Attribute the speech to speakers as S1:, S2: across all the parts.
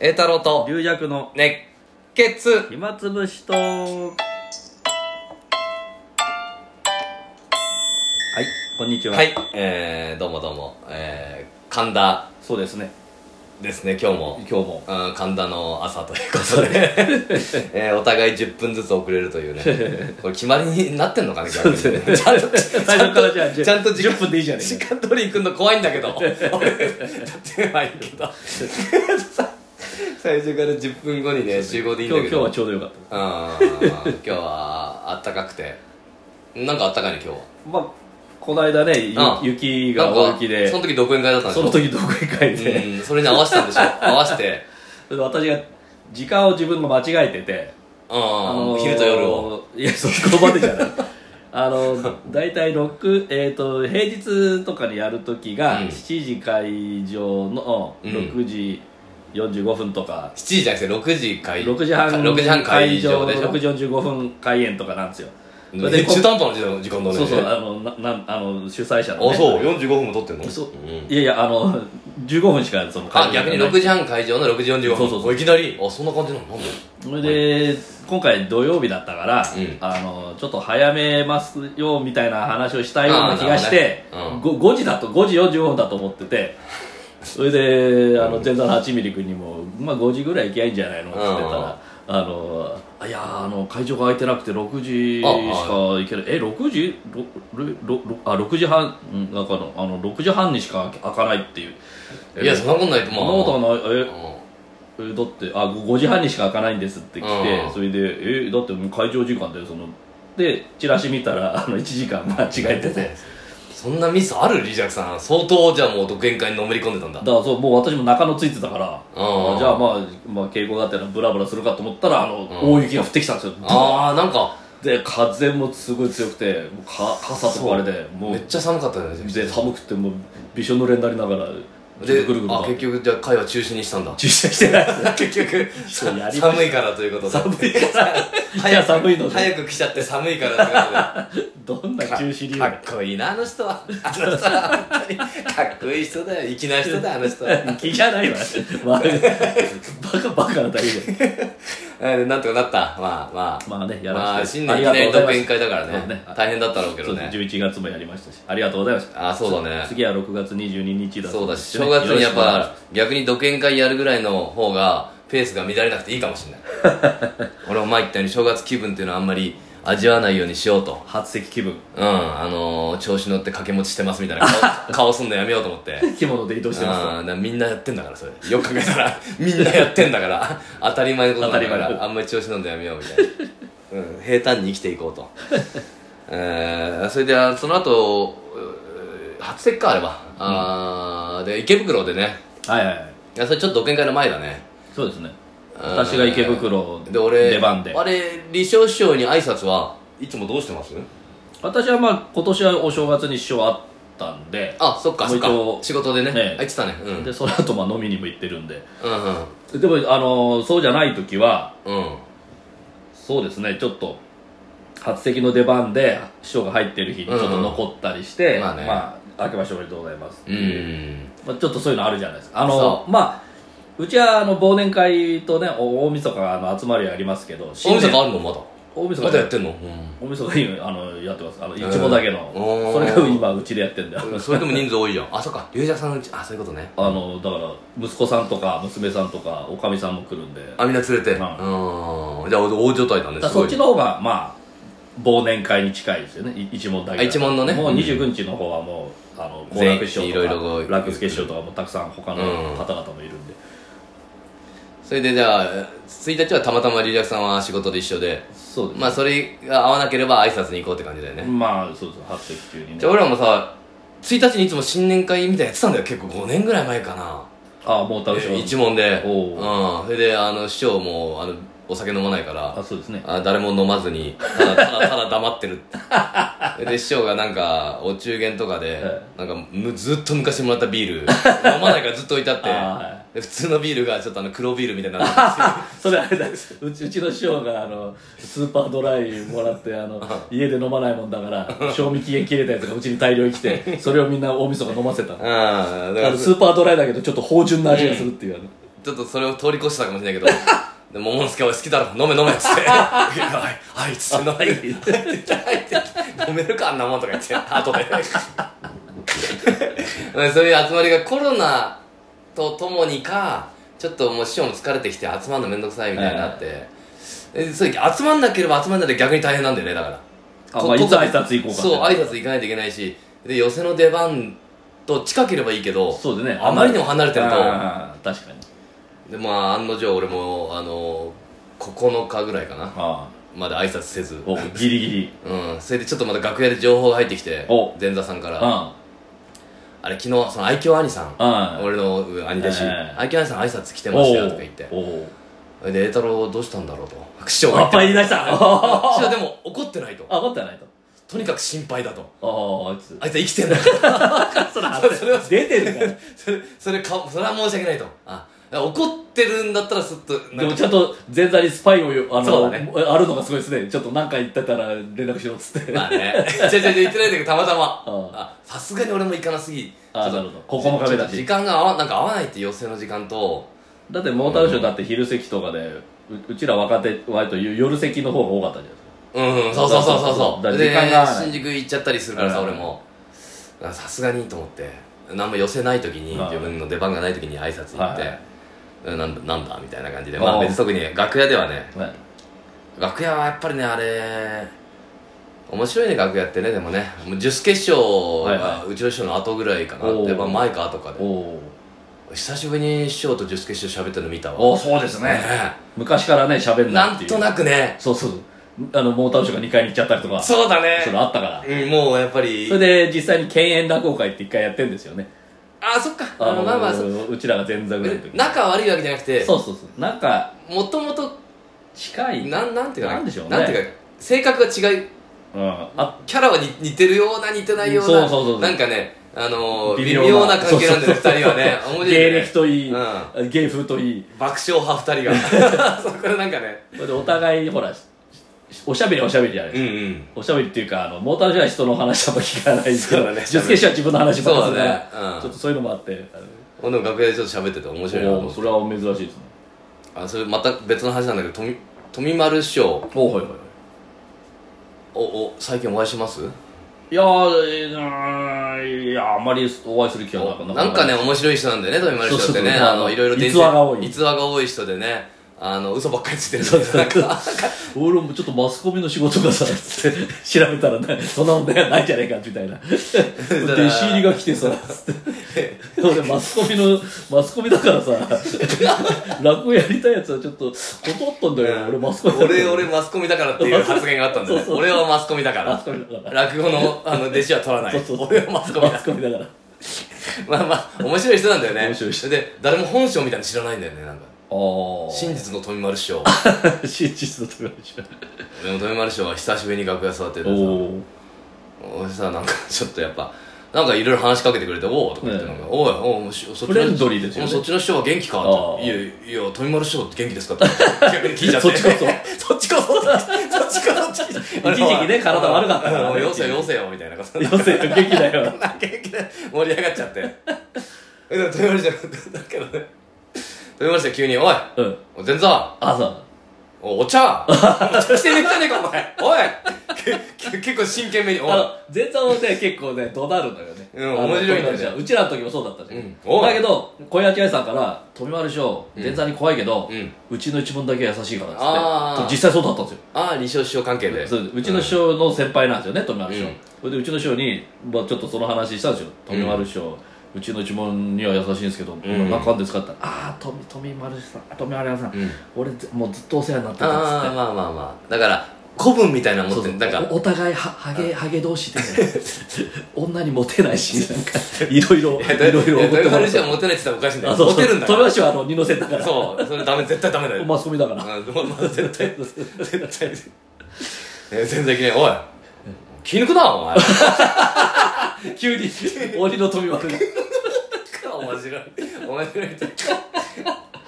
S1: 栄太郎と
S2: 龍弱の
S1: 熱血
S2: 暇つぶしとはいこんにちは、
S1: はい、えー、どうもどうも、えー、神田
S2: そうですね
S1: ですね、今日も
S2: 今。日も
S1: うん神田の朝ということ で、えーお互い10分ずつ遅れるというね、これ決まりになってんのかね、逆にね。ちゃんと、
S2: 最初からじゃあ
S1: ちゃんと時間
S2: 10分でいいじゃねえ
S1: 時
S2: か
S1: 間通り行くの怖いんだけ ど俺だってまあいいけど 最初から10分後にね集合でいいん
S2: 今
S1: だけ
S2: 日今日
S1: ど
S2: はちょうどよかった
S1: うん今日はあったかくてなんかあったかいね今日は
S2: まあこの間ねゆ
S1: うん
S2: 雪が大雪で
S1: なんかその時独演会だったんでし
S2: そ
S1: ょ
S2: の時どこへ帰って、
S1: うんそれに合わせたん でしょ合わせて
S2: 私が時間を自分の間違えてて、
S1: うん、
S2: ー
S1: 昼と夜を
S2: いやそこまでじゃないあの大体6、えー、と平日とかにやる時が
S1: うん
S2: 7時会場の
S1: うん
S2: 6時45分とか、
S1: 7時じゃなくて6時会
S2: 6時半
S1: 6時半会場でしょ
S2: 6時45分開演とかなんですよそれ
S1: で
S2: でこ
S1: 中途半端な時間だね
S2: そうそうあのななんあの主催者の、ね、
S1: あそう45分も撮ってんの
S2: そうんいやいやあの15分しかその
S1: あ逆に6時半会場の6時45分
S2: そうそうそう
S1: いきなりあそんな感じなのなんで
S2: それで今回土曜日だったから、
S1: うん
S2: あのちょっと早めますよみたいな話をしたような気がして、
S1: あーなるほどねうん
S2: ご 5, 時だと5時45分だと思って てそれであの前座の8ミリ君にも、まあ、5時ぐらい行きゃいいんじゃないのって言ってたら。あのあいやーあの会場が空いてなくて6時しか行けないえ6時ろろろろあ6時半うんなんかのあの6時半にしか開かないっていう
S1: いやそんなことないとま
S2: そ
S1: あ
S2: んなこと
S1: な
S2: はないええーだってあご5時半にしか開かないんですって来て、
S1: うん
S2: それで「えーだってもう会場時間だよその」でチラシ見たらあの1時間間違えてて
S1: そんなミスあるリジャクさん相当じゃあもう独演会にのめり込んでたんだ
S2: だからそうもう私も中野ついてたから、
S1: うん
S2: あじゃあまあ、まあ、稽古があってブラブラするかと思ったらあの、
S1: ん
S2: 大雪が降ってきたんですよ
S1: ああなんか
S2: で風もすごい強くてもうか傘とかあれでも
S1: め
S2: う
S1: っちゃ寒かったじゃん
S2: で寒くてもうびしょ濡れになりながらぐ
S1: で
S2: るぐるぐる
S1: あ結局じゃあ会は中止にしたん だ
S2: 駐車してないです
S1: 結局
S2: そうやりました
S1: 寒いからということで
S2: 寒いから い
S1: 早
S2: や
S1: く
S2: 寒いので
S1: 早く来ちゃって寒いから ということで
S2: どんな中止理由
S1: かっこいいなあの人 はあの人は本当にかっこいい人だよ粋な人だよあの人 は
S2: 気じゃないわ、まあ、 バカバカなだけで
S1: えーなんとかなったまあまあ
S2: まあねや
S1: ま
S2: ら
S1: あ
S2: せて
S1: 新年いきなり独演会だから
S2: そう
S1: ね
S2: ね
S1: 大変だったろうけ
S2: そ
S1: ど
S2: うです
S1: ね
S2: 11月もやりましたしありがとうございました
S1: あそうだね
S2: 次は6月22日だ
S1: そうだし
S2: ね
S1: 正月にやっ
S2: よろしく
S1: ぱ逆に独演会やるぐらいの方がペースが乱れなくていいかもしれない 俺も前言ったように正月気分っていうのはあんまり味わわないようにしようと
S2: お願いします初席気分
S1: うんあのー調子乗って掛け持ちしてますみたいな顔顔すんのやめようと思って
S2: 着物で移動してま
S1: あーだからみんなやってんだからそれよく考えた らみんなやってんだから当たり前のことなんだか
S2: 当たり前
S1: らあんまり調子乗んでやめようみたい な、うん、平坦に生きていこうと、えー、それであその後うー初節かあればあー、で池袋でね
S2: すはいはいはい
S1: いやそれちょっと独演会の前だね
S2: そうですね
S1: うん
S2: 私が池袋
S1: で俺
S2: 出番で
S1: あれ李承師匠に挨拶はいつもどうしてます
S2: 私はまあ今年はお正月に師匠あったんで
S1: あそっかそっか
S2: もう一応
S1: 仕事でね、
S2: ええ
S1: あ言ってたねうんうん
S2: でその後まあ飲みにも行ってるんで
S1: うん
S2: でもあのそうじゃない時は
S1: うん
S2: そうですねちょっと初席の出番で師匠が入ってる日にちょっと残ったりして、
S1: うんまあね
S2: 明けましておめでとうございますって
S1: う
S2: いう、
S1: ん
S2: まあ、ちょっとそういうのあるじゃないですかあの
S1: そ
S2: まあうちはあの忘年会とねお大晦日があの集まりありますけど
S1: 大
S2: 新
S1: 晦日
S2: 年
S1: あるのまだ
S2: 大晦
S1: まだ
S2: 日ね
S1: やってんの、うん
S2: 大晦日にあのやってますあのいちごだけの、
S1: うん
S2: それが今うちでやってんだよ、
S1: それでも人数多いじゃん。あ、そっか。龍者さんのうち、あ、そういうことね。
S2: あのだから息子さんとか娘さんとかおかみさんも来るんで
S1: あ、みんな連れて。う。
S2: うんん
S1: じゃあ、大所帯だね。
S2: だから
S1: すご
S2: そっ
S1: い
S2: ち。の方がまあ忘年会に近いですよねい一門だけだ
S1: あ一門のね
S2: もう
S1: うん
S2: 29日の方はもうあの好
S1: 全員
S2: 楽師匠とか
S1: いろいろこう
S2: 楽助師匠とかもたくさん他の
S1: うん
S2: 方々もいるんで、
S1: それでじゃあ、1日はたまたま龍者さんは仕事で一緒で、
S2: そうです
S1: まあ、それが合わなければ挨拶に行こうって感じだよね。
S2: まあそうです発席中に
S1: じゃあ、
S2: ね
S1: 俺らもさ、1日にいつも新年会みたいなやってたんだよ。結構5年ぐらい前かな。
S2: ああもう楽し
S1: え
S2: み
S1: 一問で。
S2: お
S1: うん。それで、あの、師匠も、あの、お酒飲まないから
S2: あ、そうですね
S1: あ誰も飲まずにただただただ黙ってる ってで師匠がなんかお中元とかで、
S2: え
S1: なんかむずっと昔もらったビール飲まないからずっと置いてあって
S2: あーはい
S1: で普通のビールがちょっとあの黒ビールみたいに なってるんで
S2: それあれだうちうちの師匠があのスーパードライもらってあの家で飲まないもんだから賞味期限切れたやつがうちに大量に来 てそれをみんな大晦日飲ませた
S1: すようんだか
S2: あ
S1: ら
S2: のスーパードライだけどちょっと芳醇な味がするっていう、あの
S1: ちょっとそれを通り越したかもしれないけどでも桃之助俺好きだろ飲め飲めっつ って「 はいはい」っつって飲めって言って入って 飲めるかあんなもんとか言って後でそういう集まりがコロナとともにかちょっともう師匠も疲れてきて集まるのめんどくさいみたいになって、えそう集まんなければ集まんないで逆に大変なんだよねだから
S2: あ
S1: こ
S2: まあい
S1: こ
S2: つ挨拶行こうか
S1: そう
S2: って
S1: 挨拶行かないといけないしで寄せの出番と近ければいいけど
S2: そうでね
S1: あまりにも離れてると
S2: あー確かに
S1: でまあ案の定俺もあの9日ぐらいかな
S2: あ
S1: まで挨拶せず
S2: ーおギリギリ
S1: うんそれでちょっとまた楽屋で情報が入ってきて
S2: お
S1: 前座さんか
S2: うん
S1: ら
S2: あ
S1: あれ昨日その愛嬌兄さん
S2: あ
S1: 俺のうん兄弟子
S2: ええ
S1: 愛嬌兄さん挨拶来てま
S2: お
S1: し
S2: う
S1: たよとか言って
S2: おう
S1: それで栄太郎どうしたんだろうと副長
S2: あ
S1: が
S2: っぱい言い出 したあ
S1: 師匠でも怒ってないと
S2: 怒ってないと
S1: とにかく心配だと
S2: あああいつ
S1: あいつは生きてんだよ
S2: それそれは出てるから
S1: それそれかそれは申し訳ないとあ怒ってるんだったらすっと
S2: で
S1: なん
S2: も
S1: か
S2: ちゃんと前座にスパイをよあ
S1: そ
S2: の、
S1: うだね
S2: あるのがすごいですねちょっと何か言ってたら連絡しろっつって、
S1: まあね 違う違う違う言ってないんだけどたまたま
S2: うん
S1: あさすがに俺も行かなすぎ
S2: あ
S1: ちょっと
S2: なるほど9日目だし
S1: ちょっと時間が合わなんか合わないって寄せの時間と
S2: だってモータルショーだって昼席とかでううちら若手割と夜夜席の方が多かったじゃないですか
S1: うん、うん、そうそうそうそうそう
S2: だから
S1: で
S2: 時間が合わない
S1: 新宿行っちゃったりするからさ
S2: うん
S1: 俺もだからさすがにと思って何も寄せない時に
S2: はい
S1: 自分の出番がない時に挨拶行って、
S2: はい
S1: うんなんだなんだみたいな感じでまあ
S2: おう
S1: 別に特に楽屋ではね
S2: ね
S1: 楽屋はやっぱりねあれ面白いね楽屋ってねでもねもう十助師匠
S2: はいは
S1: がうちの師匠の後ぐらいかな、
S2: おう
S1: やっぱ前か後かで
S2: おう
S1: 久しぶりに師匠と十助師匠喋ってるの見たわ
S2: おうそうですね昔からね喋んな
S1: ない
S2: っ
S1: ん
S2: ていう
S1: となくね
S2: そうそうあのモータルショーが2階に行っちゃったりとか
S1: そうだね
S2: それあったから
S1: うんもうやっぱり
S2: それで実際に犬猿落語会って1回やってんですよね
S1: あそっかあのまあまあそう
S2: うちらが前座ぐらいの時
S1: 仲悪いわけじゃなくて
S2: そうそうそうなんか
S1: もともと
S2: 近い
S1: なんなんていうか
S2: なんでしょうね
S1: なんていうか性格が違う
S2: うんあ
S1: キャラはに似てるような似てないような
S2: そうそうそうそう
S1: なんかねあのー
S2: 微
S1: 微
S2: 妙な
S1: 妙な関係なんだよ
S2: そうそうそう
S1: 2人は ね面白い
S2: 芸
S1: よね
S2: 歴といい、
S1: う
S2: 芸風といい
S1: 爆笑派2人が そこでなんかね
S2: それでお互いほらしおしゃべりはおしゃべりじゃないで
S1: うん
S2: すか、
S1: うん
S2: おしゃべりっていうかあのモータルショーは人の話とか聞かないですけ
S1: そう
S2: ど
S1: だね
S2: 助手席は自分の話ばっかりするから
S1: そうだねうん
S2: ちょっとそういうのもあって
S1: 俺でも楽屋でちょっと喋ってて面
S2: あ
S1: 白いなと
S2: の
S1: 思
S2: お
S1: っ
S2: ー
S1: て
S2: それは珍しいですね
S1: あそれまた別の話なんだけど富富丸師匠
S2: おおはいはいはい
S1: おお最近お会いします
S2: いやーえーなーいやあんまりお会いする気はなかった
S1: なんかね面白い人なんだよね富丸師匠ってね
S2: そうそうそう
S1: あのいろいろ伝説
S2: 逸話が多い
S1: 逸話が多い人でねあの嘘ばっかりついてる
S2: そうそう
S1: なんか
S2: 俺もちょっとマスコミの仕事がさつって調べたらなそんなもんないじゃないかみたいな弟子入りが来てさつって俺マスコミのマスコミだからさ落語やりたいやつはちょっと断ったんだよ俺マスコミだから
S1: 俺俺マスコミだからっていう発言があったんだよね
S2: そうそう
S1: 俺はマスコミだか
S2: マス
S1: ら
S2: コミだから
S1: 落語のあの弟子は取らない
S2: そうそうそう
S1: 俺はマスコミ
S2: マ
S1: だ
S2: スコミだから
S1: まあまあ面白い人なんだよね
S2: 面白い人
S1: で誰も本性みたいなの知らないんだよねなんか真
S2: あ
S1: 実の富丸師匠
S2: あ真実だとかでし
S1: でも富丸師匠は久しぶりに楽屋座ってて
S2: ょ
S1: さ
S2: おお
S1: 俺さなんかちょっとやっぱなんかいろいろ話しかけてくれて「おお」とか言って
S2: ね
S1: なんか「おいおいしそっちの
S2: フレンドリーですよね
S1: おそっちの師匠は元気か?」
S2: あ
S1: っ
S2: あ
S1: て「いやいや富丸師匠って元気ですか?」って逆に聞いちゃって
S2: そっちこ
S1: そっちこそそっちこそって
S2: 一時期ね体悪かったからね
S1: もうよせよよせよみたいなこと
S2: 要するに劇だよ
S1: なんか元気で盛り上がっちゃってでも富丸師匠だけどね富丸師匠急に「おい
S2: うん
S1: 全座
S2: あさ
S1: おお 茶来てねえじゃねえかお前おいけ結構真剣めに「おい
S2: あの前座をね結構ね怒鳴るのよね、
S1: うん
S2: あの
S1: 面白いんだよね
S2: 富丸師匠うちらの時もそうだったじゃ
S1: うん
S2: ん、
S1: おい
S2: だけど小屋千愛さんから「富丸師匠
S1: うん
S2: 前座に怖いけど、
S1: う
S2: うんちの一門だけは優しいから」
S1: あ
S2: っつ
S1: ー
S2: って実際そうだったんですよ
S1: ああ二昇師匠関係で
S2: そううちの師匠の先輩なんですよね富丸師匠、
S1: うん
S2: それでうちの師匠に、まあ、ちょっとその話したんですよ富丸師匠、うちの一門には優しいんですけど、
S1: ん
S2: なんかあんですかって言ったら「ああ富富丸さんあ富丸屋さん、
S1: うん
S2: 俺ずもうずっとお世話になってた」っつって
S1: ああまあまあまあだから古文みたいなの持
S2: そ
S1: って
S2: うそ
S1: る
S2: う
S1: なんか
S2: おお互いはハゲハゲ同士で 女にモテないしなんか いろいろ
S1: え
S2: いろいろ怒ってもら
S1: はモ
S2: う
S1: テないって言ったらおかしいんだ
S2: あ
S1: よ
S2: そう
S1: モテるんだか
S2: そ
S1: ら
S2: う富橋はあの二の線だから
S1: そうそれダメ絶対ダメだよ、
S2: マスコミだか ら、
S1: うんまあまあ絶対絶対え全然いけないおい気抜くなお前
S2: 急に鬼の富丸
S1: 面白い面白い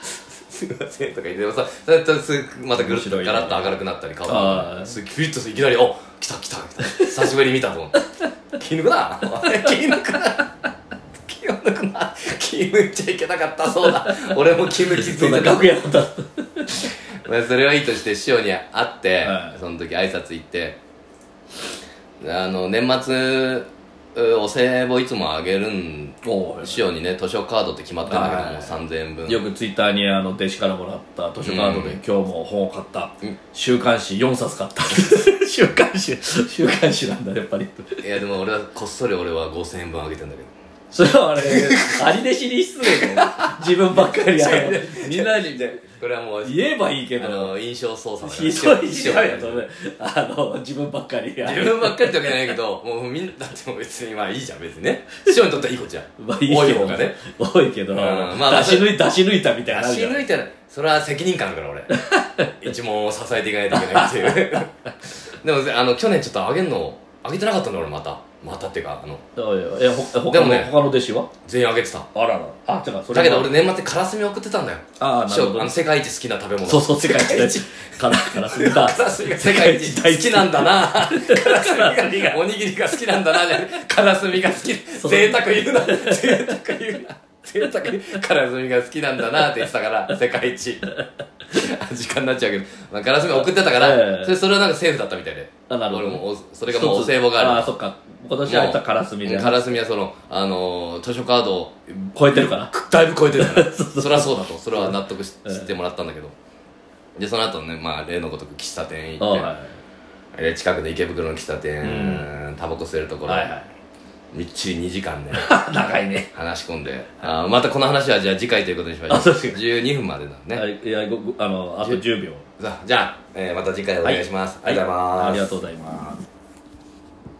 S1: すいませんとか言ってでもさそれとすまたぐるっと
S2: 面白いね
S1: ガラッと明るくなったり顔
S2: あ
S1: が
S2: あ
S1: すピリッとすいきなり「お来た来た来た久しぶりに見た」と思って「気抜くなお前気抜くな気抜くな気気抜いちゃいけなかったそうだ俺も気抜きつ
S2: そ
S1: い
S2: んな
S1: てた
S2: 楽屋だった
S1: まあそれはいいとして師匠に会って、
S2: はい
S1: その時挨拶行ってあの年末うお歳暮いつもあげるん
S2: おう
S1: 師匠にね図書カードって決まってんだけども、
S2: はい
S1: 3000円分
S2: よくツイッターにあの弟子からもらった図書カードで
S1: うん
S2: 今日も本を買った、
S1: うん
S2: 週刊誌4冊買った 週刊誌週刊誌なんだやっぱり
S1: いやでも俺はこっそり俺は5000円分あげてんだけど
S2: それはあれ 兄弟子に失礼だよ自分ばっかりあのみんなに
S1: これはもう
S2: 言えばいいけ
S1: あ
S2: ど
S1: の印象操作だから
S2: ひどい
S1: 師匠
S2: ひどいよそれあの自分ばっかりや
S1: 自分ばっかりってわけじゃないけどもうみんなだってもう別にまあいいじゃん別にね師匠にとってはいいことじゃん
S2: まあいい
S1: 多い
S2: け
S1: 方
S2: ど
S1: がね
S2: 多いけど、
S1: んまあ
S2: 出し抜い出し抜いたみたいな
S1: 足抜いたらそれは責任感あるから俺一問を支えていかないといけないっていうでもあの去年ちょっとあげんのあげてなかったんだ俺またまたっていうかあの
S2: おいおいえほ他の
S1: でもね
S2: 他の弟子は
S1: 全員あげてた
S2: あららあてかそれ
S1: だ
S2: は
S1: けど俺年末にカラスミ送ってたんだよ
S2: ああ
S1: 師
S2: な
S1: 匠
S2: るほど
S1: あの世界一好きな食べ物
S2: そうそう世界一からからするか
S1: カラスミが 世界一好きなんだなカラスミがおにぎりが好きなんだなじゃないカラスミが好き
S2: そう
S1: 贅沢言うな贅沢言うな贅沢にカラスミが好きなんだなって言ってたから世界一あ時間になっちゃうけど、まあ、カラスミ送ってたから、
S2: ええ
S1: それそれはなんかセーフだったみたいで
S2: あなるほど
S1: 俺もおそれがもうお歳暮
S2: あ
S1: があ
S2: あそっか今年入ったカラスミ
S1: る
S2: で
S1: カラスミはその、あのー図書カードを
S2: 超えてるかな
S1: だいぶ超えてるからそりゃそうだとそれは納得ししてもらったんだけどでその後ねまあ例のごとく喫茶店
S2: あ
S1: 行っ
S2: あは
S1: て
S2: いはい
S1: で近くの池袋の喫茶店、
S2: う
S1: タバコ吸えるところ、
S2: はいはい
S1: みっちり2時間ね
S2: 長いね
S1: 話し込んであーまたこの話はじゃあ次回ということにしましょう
S2: あそうです
S1: 12分までだね、
S2: はいいやごごあのあと10秒
S1: さあじゃあ、えーまた次回お願いします、
S2: は
S1: ありがとうございます、
S2: ありがとうございます